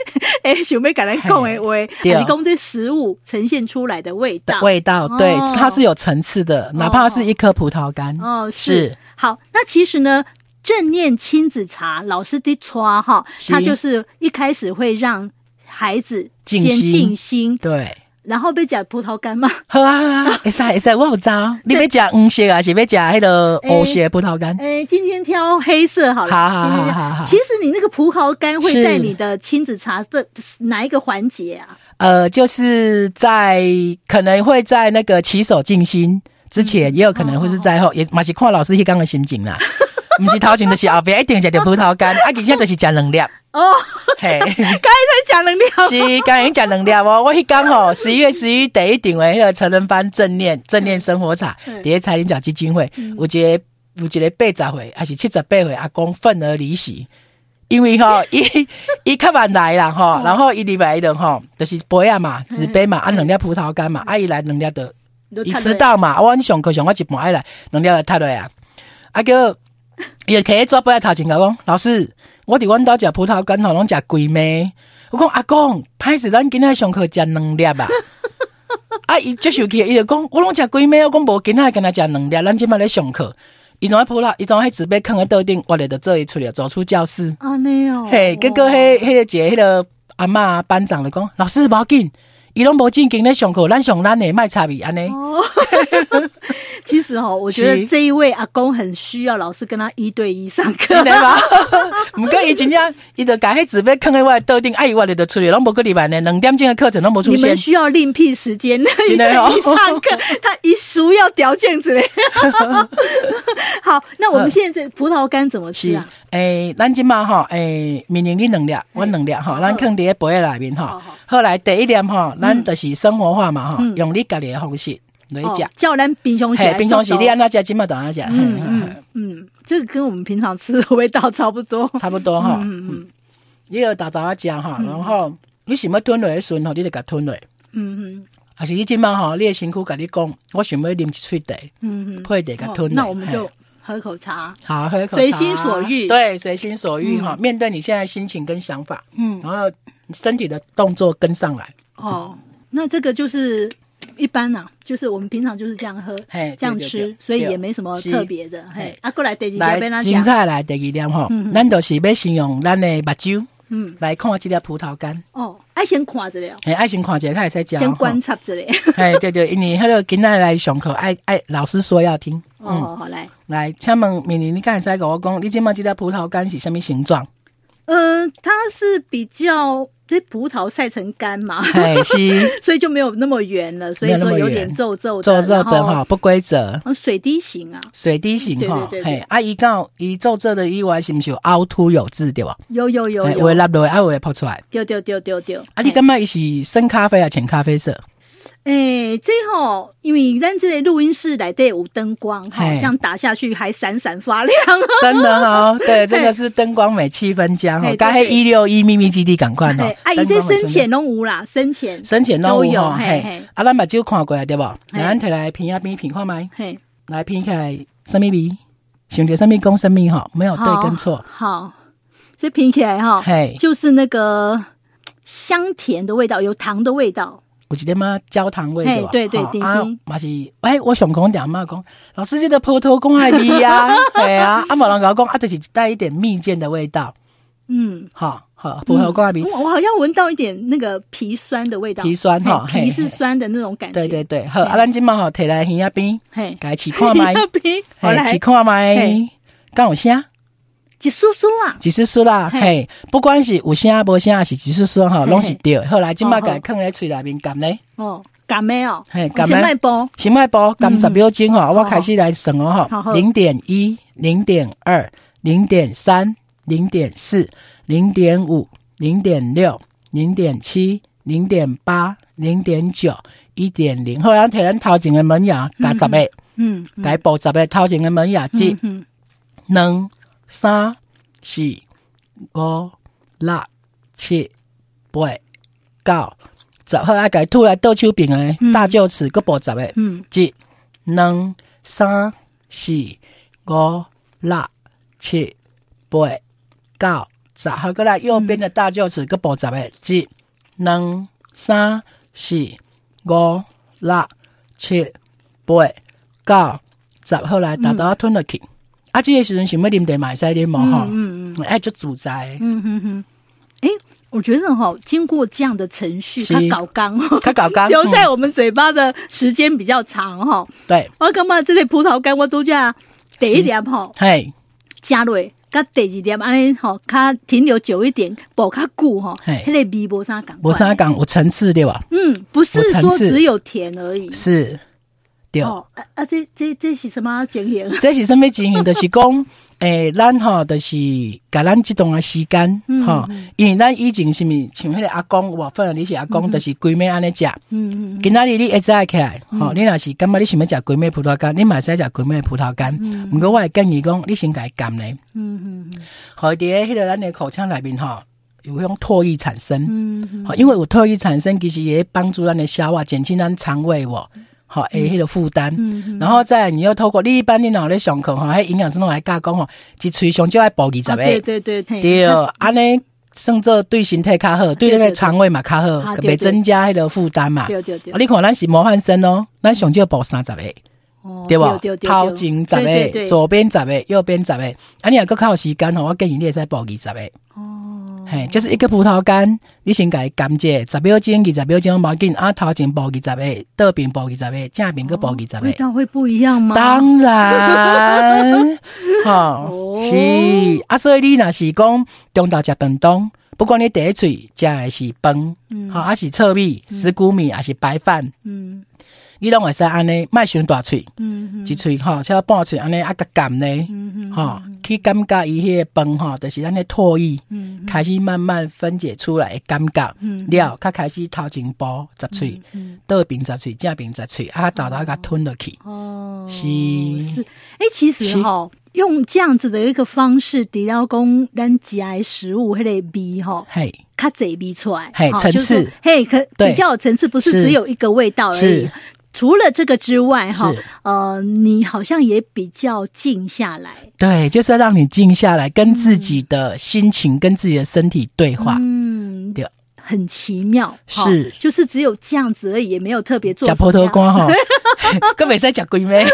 A: 诶，想要跟咱讲的话，
B: 对
A: 还是讲这食物呈现出来的味道。
B: 味道对
A: 哦，
B: 它是有层次的，哪怕是一颗葡萄干，
A: 哦，是
B: 是
A: 好。那其实呢，正念亲子茶老师的刷哈，
B: 是
A: 它就是一开始会让孩子先
B: 静心
A: 静心，
B: 对。
A: 然后被讲葡萄干 嘛？
B: 好啊，好啊会使会使，我有招。你要食黄色还是要食迄个黑色的葡萄干？
A: 哎，今天挑黑色好了。
B: 好好
A: 今天挑
B: 好好好
A: 其实你那个葡萄干会
B: 是
A: 在你的亲子茶的哪一个环节啊？
B: 呃，就是在可能会在那个起手静心之前，也有可能会是在后，也嘛是看老师迄天的心情啦。毋是头前就是后边一定食着葡萄干，啊，而且就是食两粒。
A: 哦，
B: 嘿，
A: 在讲能量。
B: 是，刚才讲两粒哦，我迄天吼，十一月十一第一场诶，迄个成人班正念正念生活茶，
A: 嗯
B: 伫咧财经角基金会，有一个有一个八十岁还是七十八岁阿公愤而离席，因为吼，伊伊较晚来啦吼，然后伊礼拜一人吼，就是杯啊嘛，纸杯嘛，啊两粒葡萄干嘛，啊伊来两粒的，
A: 你就
B: 伊
A: 看
B: 哦迟到嘛，啊我上课上我一半爱来，两粒就踢落啊，啊叫也可以抓不来头前甲我讲，老师，我伫阮兜食葡萄干吼，拢食龟妹。我讲阿公，歹势咱今仔上课食两粒啊。啊，伊接受气，伊就讲，我拢食龟妹，我讲无今仔跟他食两粒，咱即摆咧上课。伊从迄葡萄，伊从迄纸杯囥喺桌顶，我咧就做伊出来，走出教室。
A: 安尼哦，
B: 嘿，结果迄迄个一个迄个阿嬷班长就讲，老师无要紧，伊拢无正经咧上课，咱上咱诶，莫插伊安尼。
A: 哦， 其实哦，我觉得
B: 是
A: 这一位阿公很需要老师跟他一对一上课
B: 真。的吗？ 毋过伊真正，伊就甲迄纸杯囥喺我的桌顶，啊伊我咧就出去，拢无个礼拜呢，两点钟的课程拢无出
A: 你
B: 现
A: 们。需要另辟时间一
B: 真的
A: 对
B: 哦
A: 一上课，他一输要掉这样子 嘞。好，那我们现在葡萄干怎么吃啊？
B: 诶，咱即嘛吼，诶，明年你两粒，我两粒吼，咱囥伫咧杯内面
A: 嗯好
B: 吼
A: 好。嗯
B: 后来第一点吼，咱就是生活化嘛吼，用你家己的方式来
A: 哦
B: 食。，
A: 叫咱平常时
B: 嘿，
A: 来
B: 平
A: 送
B: 常时
A: 走
B: 你安怎食，即嘛就安怎食。
A: 嗯
B: 嘿嘿嘿
A: 嗯嗯，这个跟我们平常吃的味道差不 多。
B: 差不多哈。
A: 嗯嗯
B: 你要豆豆啊食哈，然后你想要吞落的时阵吼，你就甲吞落。
A: 嗯
B: 还是你即嘛吼，你的身躯甲你讲，我想要啉一喙茶，
A: 嗯嗯
B: 配茶甲
A: 嗯，
B: 吞落。
A: 那我们
B: 嘿
A: 就喝口茶。
B: 好，喝一口
A: 随
B: 茶
A: 心所欲
B: 对，随心所欲哈、面对你现在心情跟想法，
A: 嗯
B: 然后身体的动作跟上来，
A: 哦，那这个就是一般呐，就是我们平常就是这样喝，
B: 嘿
A: 这样
B: 对对
A: 吃
B: 对，
A: 所以也
B: 对
A: 没什么
B: 是
A: 特别的。嘿
B: 嘿，
A: 啊，过来第几条
B: 来
A: 被他
B: 精
A: 讲，
B: 彩来第二点吼、咱就是要先用咱的目睭
A: 嗯，
B: 来看这粒葡萄干，
A: 哦，爱先看着了，
B: 嘿，爱先看一下，才会使食。
A: 先观察着嘞。
B: 嘿，对对，因为迄个囡仔来上课，爱爱老师说要听。嗯，
A: 哦，好来，
B: 来，请问明玲，你敢会使跟我讲，你即麦这粒葡萄干是什么形状？
A: 呃，它是比较这葡萄晒成干嘛，
B: 嘿，是
A: 所以就没有那么圆了，所
B: 没
A: 以
B: 有那么
A: 说有
B: 圆
A: 点皱皱
B: 皱皱
A: 然
B: 的
A: 后
B: 哈，不规则。
A: 嗯水滴型啊，
B: 水滴型
A: 对
B: 吼，
A: 对对对
B: 嘿，啊，伊讲伊做这的意外是毋是有凹凸有致对吧？
A: 有有有
B: 嘿有
A: 有
B: 的，落落，啊，有的泡出来。
A: 丢丢丢丢哎丢。
B: 啊，你感觉伊是深咖啡啊，浅咖啡 色？
A: 诶、哎这吼，因为咱这个录音室内底有灯光哈，
B: 嘿
A: 这样打下去还闪闪发亮。啊
B: 真的哈、哦，对，这个是灯光美，气氛佳
A: 嘿
B: 吼，该
A: 对
B: 黑一六一秘密基地赶快
A: 嘿
B: 哦，。
A: 啊，伊
B: 灯
A: 这
B: 光美
A: 深浅拢有啦，深浅，
B: 深浅拢
A: 都有
B: 有吼，
A: 嘿
B: 嘿
A: 嘿，
B: 啊，咱目睭看过来对无？
A: 嘿
B: 来，咱摕来品啊品品看麦，
A: 嘿，
B: 来品起来什么味？想着什么讲什么吼，没有对跟
A: 哦
B: 错，
A: 好，这拼起来哈，
B: 嘿，
A: 就是那个香甜的味道，有糖的味道。
B: 有一点仔焦糖味
A: 嘿
B: 对吧？
A: 对对
B: 吼
A: 甜
B: 啊
A: 甜，
B: 嘛是，哎，我想讲点嘛讲，老师这个葡萄讲爱 味啊，对啊，啊，无人甲我讲啊，就是带一点蜜饯的味道，
A: 嗯，
B: 吼，好，葡萄讲爱味
A: 我，我好像闻到一点那个皮酸的味道，
B: 皮酸吼，
A: 嗯嘿皮
B: 嘿，
A: 是酸的那种感觉。
B: 对对对，好，啊，
A: 嘿
B: 咱即嘛吼，摕来耳仔边，
A: 嘿，
B: 家试看麦，
A: 皮，好
B: 嘿，
A: 来
B: 试，看麦
A: 嘿，
B: 敢有声？
A: 几酥酥啊，
B: 一丝丝啦，
A: 嘿
B: 嘿，不管是有声无声，还是一丝丝吼，
A: 嘿
B: 拢是对的。后来即
A: 哦
B: 摆
A: 好
B: 甲囥咧喙内面含咧，
A: 哦，感梅哦，
B: 嘿，
A: 我
B: 含
A: 先
B: 咧
A: 卖。包，
B: 行迈步减十秒钟吼，我
A: 嗯好
B: 开始来算哦
A: 好好
B: 吼，零点一、零点二、零点三、零点四、零点五、零点六、零点七、零点八、零点九、一点零。好，咱摕咱头前的门牙加十个，
A: 嗯，
B: 改补十个头前的门牙，一、
A: 嗯
B: 两、三、四、五、六、七、八、九、十。好，啊，改吐来倒手柄的大臼齿，各补十个。
A: 嗯，
B: 一、两、三、四、五、六、七、八、九、十。好，过来右边的大臼齿，搁补十个。一、两、三、四、五、六、七、八、九、十。好，来，大家吞落去。啊，这个时阵想要啉茶嘛，会使啉嘛吼。嗯嗯。哎，就自在的，
A: 哎，我觉得哈，经过这样的程序，
B: 是
A: 它搞刚哦，
B: 较搞刚。
A: 留
B: 嗯
A: 在我们嘴巴的时间比较长哈。
B: 对，
A: 我感觉这个葡萄干我都叫第一粒吼，
B: 嘿，
A: 加落。甲第二粒安尼吼，较停留久一点，保较久吼，
B: 嘿
A: 迄个味无啥感。
B: 无啥，讲有层次对吧？
A: 嗯，不是
B: 有层
A: 说
B: 次
A: 只有甜而已。
B: 是，对。
A: 哦，啊啊，这这这是什么情形？
B: 这是什么情形？就是讲， 诶、咱吼，就是甲咱这段的时间，
A: 嗯
B: 吼、因为咱以前是毋是像迄个阿公，我反正你是阿公，就是规暝安尼食。
A: 嗯嗯
B: 今仔日你一早起来，吼、你若是感觉你想要食规暝葡萄干，你嘛会使食规暝葡萄干。毋过我会建议讲，你先甲伊甘咧，
A: 嗯嗯
B: 互伊伫咧迄个咱的口腔内面吼，有迄种唾液产生。
A: 嗯
B: 好，因为有唾液产生，其实也会帮助咱的消化，减轻咱肠胃哦吼，诶，迄个负担。
A: 嗯嗯
B: 然后再来你又透过你一般你脑咧上课吼，迄营养师拢来教讲吼，一喙上少爱补二十
A: 啊
B: 个，
A: 对对对对
B: 对，哦安尼算做对身体较好，对
A: 对
B: 咱个
A: 对
B: 肠胃嘛较
A: 啊
B: 好，
A: 对对
B: 袂增加迄个负担嘛。
A: 对对对
B: 啊，，你看咱是模范生哦，咱上少补三十个。
A: 哦
B: 对吧
A: 对？对
B: 头
A: 对
B: 前
A: 对对
B: 十
A: 对
B: 个，左边十个，右边十个，啊，你若搁较有时间吼，我建议你会使报二十个。
A: 哦，
B: 嘿，就是一个葡萄干，你先甲伊甘蔗，十秒钟、二十秒钟无要紧，啊，头前报二十个，倒边报二十个，正边搁报二十
A: 味
B: 个。
A: 道会不一样吗？
B: 当然，吼、
A: 哦
B: 是啊，所以你若是讲中昼食便当，不管你第一喙食的是饭，
A: 嗯
B: 吼、还是糙米、石谷米，还是白饭，
A: 嗯
B: 你拢会使安尼，莫伤大喙。
A: 嗯
B: 一喙吼，像半喙安尼啊，甲甘呢，
A: 嗯
B: 吼、去感觉伊迄个饭吼，就是咱的唾液
A: 嗯
B: 开始慢慢分解出来的感觉
A: 嗯
B: 了，较开始头前补十喙，
A: 嗯
B: 倒边十喙，正边十喙，啊，豆豆甲吞落去。
A: 哦，
B: 是
A: 是，哎，其实
B: 是
A: 哈，用这样子的一个方式，抵到讲咱食的食物迄个味哈，
B: 嘿，
A: 较侪味出来，
B: 嘿
A: 哈
B: 层
A: 就是
B: 次
A: 嘿，可
B: 对
A: 比较有层次，不是
B: 是
A: 只有一个味道而已
B: 是。
A: 除了这个之外，哈
B: 是，
A: 呃，你好像也比较静下来，
B: 对，就是要让你静下来，跟自己的心情、跟自己的身体对话。
A: 嗯，
B: 啊对
A: 很奇妙，哈
B: 是
A: 就是只有这样子而已，也没有特别做
B: 食
A: 什么
B: 葡萄
A: 样
B: 干吼， 佮袂使食几枚，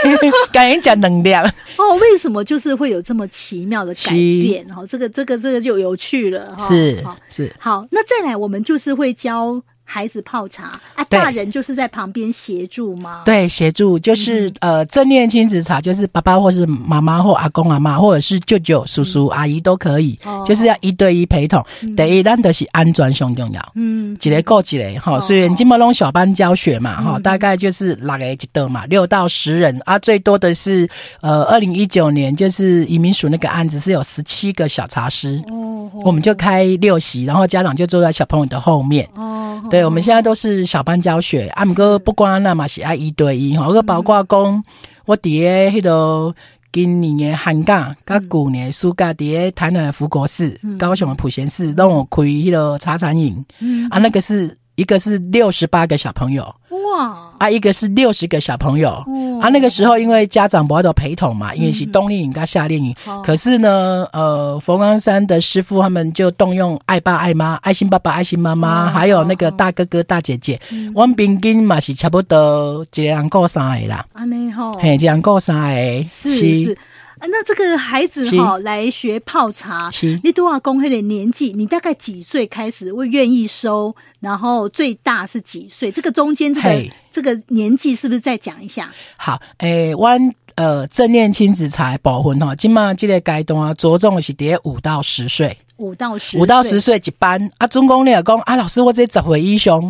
B: 改人食两粒。
A: 哦，为什么就是会有这么奇妙的改变？哈，这个这个这个就有趣了哈。
B: 是
A: 好，
B: 是，
A: 好，那再来我们就是会教孩子泡茶啊，
B: 对
A: 大人就是在旁边协助吗？，
B: 对，协助就是、
A: 嗯
B: 呃，正念亲子茶就是爸爸或是妈妈或阿公阿妈，或者是舅舅、叔叔、阿姨都可以，
A: 嗯哦
B: 就是要一对一陪同。第一，咱就是安全上重要。
A: 嗯，
B: 一个够一个哈，
A: 哦
B: 虽然今麦拢小班教学嘛哈，
A: 嗯
B: 大概就是六个一桌嘛，六到十人啊，最多的是呃，二零一九年就是移民署那个案子是有十七个小茶师，
A: 哦，
B: 我们就开六席，然后家长就坐在小朋友的后面，
A: 哦，
B: 对，我们现在都是小班教学，啊，毋过不管那嘛是爱一对一
A: 嗯
B: 吼，个包括讲我伫诶迄个今年诶寒假，甲旧年的暑假伫诶台南的福国寺、高雄的普贤寺，拢有开迄个茶餐饮，
A: 嗯
B: 啊，那个是一个是六十八个小朋友，
A: 哦哇，
B: 啊，一个是六十个小朋友，
A: 哦嗯
B: 啊，那个时候因为家长不要都陪同嘛，因为是冬令营跟夏令营。
A: 好
B: 可是呢，呃，佛光山的师傅他们就动用爱爸、爱妈、爱心爸爸、爱心妈妈，
A: 哦嗯
B: 还有那个大哥哥、大姐姐。我们平均嘛是差不多一个人够三个啦，
A: 安内哈，
B: 嘿，一个人够三个。
A: 哦是是。啊那这个孩子
B: 是
A: 哈来学泡茶，
B: 是
A: 你多少公会的年纪？你大概几岁开始会愿意收？然后最大是几岁？这个中间这个
B: 嘿
A: 这个年纪是不是再讲一下？
B: 好，诶、阮呃正念亲子茶的部分吼，今嘛这个阶段啊着重的是伫五到十岁。
A: 五到十，
B: 五到十，岁一班啊，总共你若讲啊，老师我这十岁以上，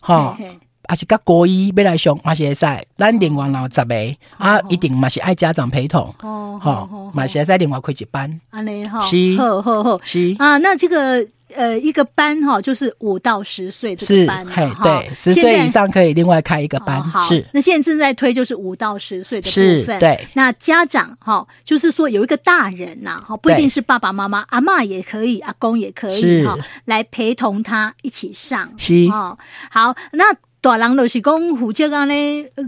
B: 吼
A: 嘿嘿，
B: 还是甲国一要来上嘛是会使，咱另外有十个啊，一定嘛是爱家长陪同，
A: 哦，好
B: 吼
A: 好，，
B: 嘛是会使另外开一班，
A: 安尼哈，
B: 是
A: 好好好
B: 是
A: 啊，那这个呃一个班哈，就是五到十岁这个
B: 是
A: 班，
B: 嘿
A: 嘛，哈
B: 对，十
A: 现
B: 岁
A: 在
B: 以上可以另外开一个班
A: 哦、，好
B: 是
A: 那现在正在推就是五到十岁的
B: 是
A: 部分，
B: 对。
A: 那家长哈、就是说有一个大人呐、哈，不一
B: 对
A: 定是爸爸妈妈，阿嬷也可以，阿公也可以
B: 是
A: 哈、来陪同他一起上。
B: 是
A: 哦，好，那大人就是讲负责安呢，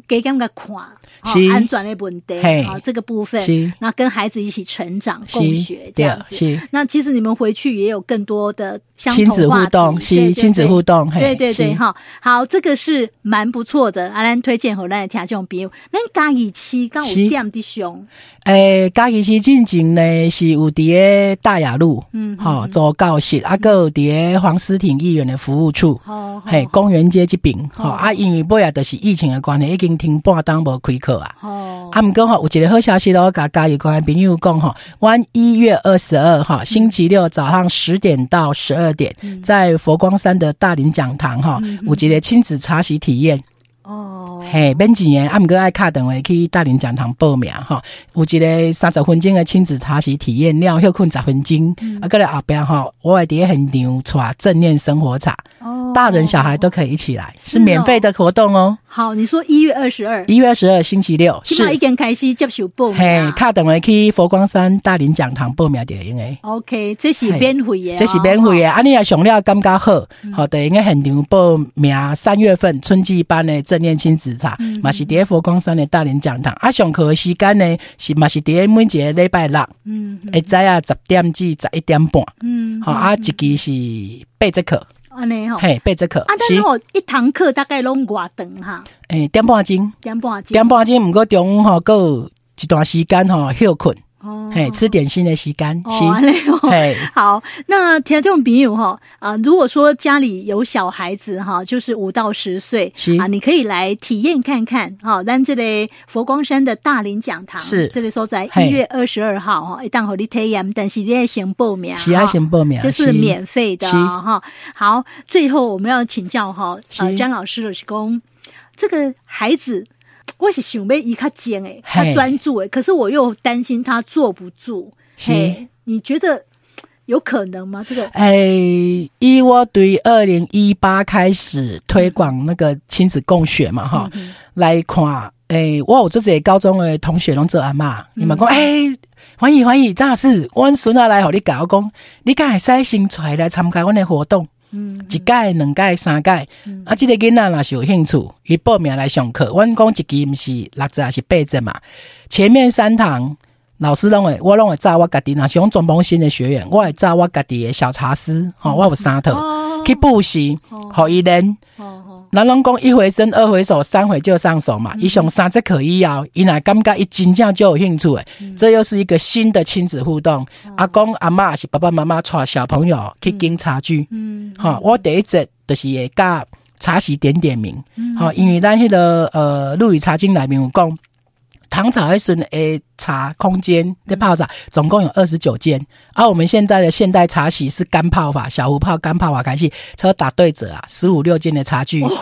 A: 给他们看，哦
B: 是
A: 安全的问题，
B: 嘿
A: 好、这个部分
B: 是，
A: 那跟孩子一起成长共学
B: 是，
A: 这
B: 对
A: 样，子。
B: 是
A: 那其实你们回去也有更多的相同
B: 亲子互动，
A: 话题对
B: 是
A: 对
B: 亲子
A: 对
B: 互动，嘿
A: 对对对，
B: 是
A: 哈，好，这个是蛮不错的。阿兰推荐给咱的听众朋友，咱嘉义市刚有
B: 是
A: 点的熊，
B: 诶，嘉义市进前呢是有伫诶大雅路，嗯，吼，做教室，啊，还有伫诶黄思挺议员的服务处，
A: 哦，
B: 嘿，
A: 哦，
B: 公园街这边，吼、
A: 哦
B: 啊，因为尾啊，就是疫情的关系，已经停半当无开课啊。
A: 哦，
B: 啊，毋过吼，有一个好消息咯，我甲家有关朋友讲吼，阮一月二十二号星期六早上十点到十二点，
A: 嗯
B: 在佛光山的大林讲堂吼，有一个亲子茶席体验，
A: 哦，
B: 嘿，免钱的，啊，毋过爱敲电话去大林讲堂报名吼，有一个三十分钟的亲子茶席体验
A: 嗯
B: 了，休困十分钟，啊，过来后壁吼，我会伫咧现场带正念生活茶。
A: 哦，
B: 大人小孩都可以一起来，是免费的活动哦。
A: 好，你说一月二十二，
B: 一月十二星期六
A: 起码已
B: 是，
A: 经开始接受报名
B: 嘿
A: 啊，。
B: 卡等会去佛光山大林讲堂报名就用
A: 哎
B: 诶。
A: OK，这是免费的哦，
B: 这是免费的，啊，你若想了感觉好，
A: 嗯
B: 好的，应该现场报名。三月份春季班的正念亲子茶，
A: 嗯
B: 嘛是伫咧佛光山的大林讲堂。啊，上课的时间呢是嘛是伫咧每一个礼拜六，
A: 嗯，嗯
B: 会知啊十点至十一点半。
A: 嗯，
B: 好啊，一期是八节课，
A: 安尼吼。
B: 嘿，八节课
A: 啊，但
B: 是
A: 是我一堂课大概拢偌长哈，
B: 诶点半钟，
A: 点半钟。
B: 点半钟，毋过中午吼，还有一段时间吼休困，
A: 哦
B: 嘿，吃点心的时间
A: 哦，安
B: 是，
A: 尼哦。
B: 嘿，
A: 好，那听众朋友哈啊、如果说家里有小孩子哈，就是五到十岁
B: 是
A: 啊，你可以来体验看看哈。咱这里佛光山的大林讲堂
B: 是
A: 这里所在
B: 嘿
A: 一月二十二号哈，一档和你体验，但是你要先报名，
B: 是爱
A: 哈
B: 先报名，
A: 哦这是免费的
B: 是
A: 哦哈、好，最后我们要请教哈，呃，
B: 是
A: 张老师就是讲，这个孩子，我是想要伊较尖诶，
B: 嘿
A: 他专注诶，可是我又担心他坐不住。
B: 是
A: 嘿，你觉得有可能吗？这个
B: 诶，哎以我对二零一八开始推广那个亲子共学嘛，哈、
A: 嗯
B: 来看，诶，我有做个高中的同学拢做阿嬷，
A: 嗯
B: 伊嘛讲，诶、欢喜欢喜，张老师，阮孙仔来互你教，我讲，你敢会使先出来参加阮的活动？
A: 嗯
B: 一届、两届、三届，啊，即、个囡仔若是有兴趣，伊报名来上课。阮讲一期毋是六节还是八节嘛？前面三堂老师拢会，我拢会找我家己，若是讲全部新的学员，我会找我家己的小茶师，吼、我有三套、
A: 嗯哦
B: 去补习，互伊练。
A: 哦哦，
B: 咱拢讲一回生，二回熟，三回就上手嘛。
A: 嗯
B: 伊上三节课以后，伊若感觉伊真正就有兴趣诶，
A: 嗯
B: 这又是一个新的亲子互动。
A: 哦
B: 阿公阿嬷是爸爸妈妈带小朋友去警察局。
A: 嗯
B: 吼，我第一节就是会教茶席点点名，吼、因为咱迄、个呃《陆羽茶经》内面有讲，唐朝迄时阵诶茶空间在泡茶，总共有二十九间，而、我们现在的现代茶席是干泡法，小壶泡干泡法开始，车打对折啊，十五六间的茶具。嘿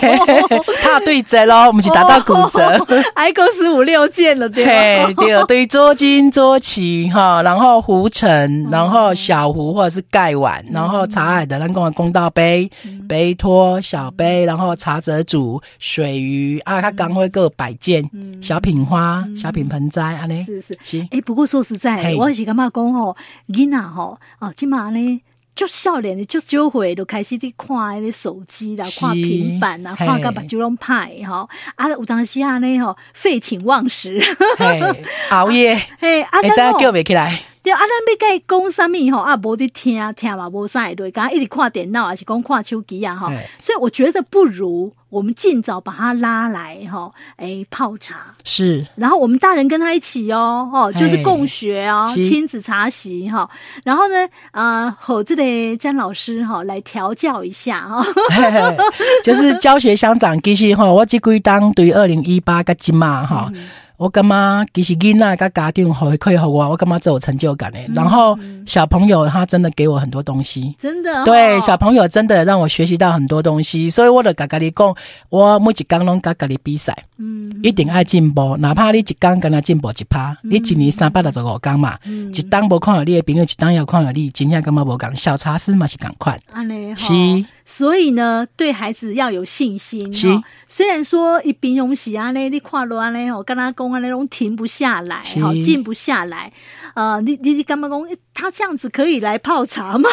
B: 嘿嘿嘿拍对折咯，毋是打到骨折。
A: 还够十五六件了，对吧？
B: 嘿， 对，对，桌巾、桌旗哈，然后壶
A: 嗯
B: 盛，然后小壶或者是盖碗，然后茶海的咱讲的公道杯、
A: 嗯
B: 杯托、小杯，然后茶则煮、水鱼啊，它刚会各摆件、小品花、小品盆栽安尼，
A: 是嗯是。
B: 是
A: 哎、不过说实在，
B: 嘿
A: 我是感觉讲吼，囡仔吼，哦，即嘛呢，足少年的足少岁就开始伫看迄个手机啦，
B: 是
A: 看平板啦，
B: 嘿
A: 看到目睭拢歹吼，啊，有当时安尼吼，废寝忘食，
B: 嘿，熬夜，
A: 嘿，啊，
B: 会知
A: 咱
B: 影叫
A: 吼，
B: 袂起来，
A: 对，啊，咱要甲伊讲啥物吼，啊，无伫听，听嘛无啥会对，敢一直看电脑，还是讲看手机啊，吼
B: 嘿，
A: 所以我觉得不如我们尽早把他拉来，吼，诶，泡茶。
B: 是
A: 然后我们大人跟他一起哦，哦，就是
B: 嘿
A: 共学哦，
B: 是
A: 亲子茶席哈、然后呢，呃，吼这个詹老师哈、来调教一下哈、哦。
B: 嘿嘿 就是教学相长，其实吼，我即几当对二零一八甲即嘛吼，
A: 嗯
B: 我感觉其实囡仔甲家长回馈互我，我感觉最有成就感的。
A: 嗯
B: 然后小朋友他真的给我很多东西。
A: 真的、哦，
B: 对，小朋友真的让我学习到很多东西，所以我就甲家己讲，我每一工拢甲家己比赛，
A: 嗯，
B: 一定爱进步，哪怕你一工敢若进步一趴，你一年三百六十五工嘛，
A: 嗯
B: 一当无看到你的朋友，一当有看到你，真正感觉无共。小茶师嘛是共款，
A: 安尼哈
B: 是。
A: 所以呢，对孩子要有信心。
B: 是
A: 哈虽然说一平庸时安啊尼，你看落安尼吼，哦跟他讲安尼拢停不下来，
B: 是
A: 哈，静不下来。呃，你你你干嘛讲诶他这样子可以来泡茶吗？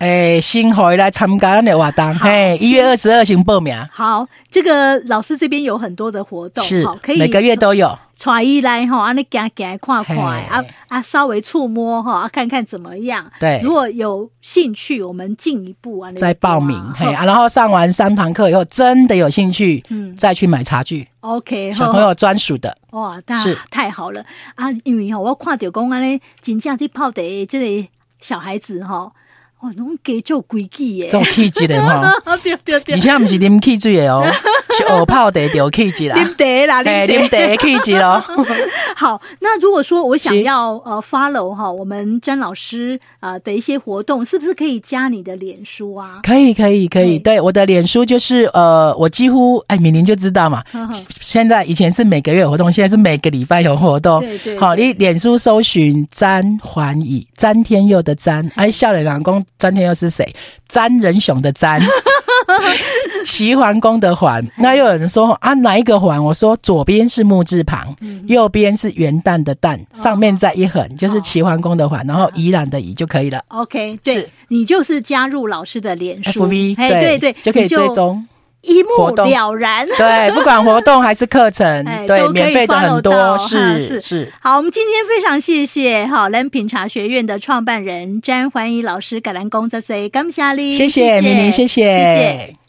B: 诶、新回来参加咱的活动，嘿，一月二十二先报名，
A: 好，这个老师这边有很多的活动，
B: 是
A: 好，可以
B: 每个月都有，
A: 带伊来吼，安尼行行看看，
B: 嘿
A: 啊啊稍微触摸吼，啊看看怎么样。
B: 对
A: 如果有兴趣，我们进一步啊
B: 再报名，嘿、
A: 嘿
B: 啊，然后上完三堂课以后，真的有兴趣，嗯，哎再去买茶具，
A: ，OK，
B: 小朋友专属的，
A: 吼哇，那
B: 是
A: 太好了啊！因为吼，我看到讲安尼，真正去泡茶的这个小孩子吼，哦，拢加做规矩耶
B: 这，种气质的 吼，
A: 啊对对对
B: 哦以，前不是啉汽水的 哦，是学泡茶就有气质 啦，
A: 啉茶啦，
B: 嘿，
A: 啉茶
B: 啉。茶的气质咯，
A: 好，那如果说我想
B: 行
A: 要呃 follow 哈我们詹老师啊、呃的一些活动，是不是可以加你的脸书啊？
B: 可以，可以，可
A: 对
B: 以，对，我的脸书就是呃，我几乎哎，敏玲就知道嘛，现在以前是每个月有活动，现在是每个礼拜有活动。
A: 对对
B: 好，
A: 对
B: 你脸书搜寻詹环宇，詹天佑的詹，哎，笑脸老公詹天佑是谁？詹仁雄的 詹，齐桓公的
A: 哎
B: 桓。那又有人说啊，哪一个桓？我说左边是木字旁，
A: 嗯
B: 右边是元旦的旦，
A: 哦
B: 上面再一横就是齐桓公的桓，然后宜然的宜就可以了。
A: OK，对
B: 是
A: 你就是加入老师的脸书
B: FV
A: 哎
B: 对
A: 对对，
B: 就可以
A: 你
B: 追踪。
A: 一
B: 活
A: 目
B: 动
A: 了然。
B: 对，不管活动还是课程
A: 哎，
B: 对
A: 都，可以
B: 免费的
A: follow
B: 很
A: 到
B: 多，
A: 哈
B: 是
A: 是
B: 是。
A: 好，我们今天非常谢谢哈人品茶学院的创办人詹怀怡老师，感恩公这些，感谢你，
B: 谢谢明明，谢
A: 谢谢。
B: 谢。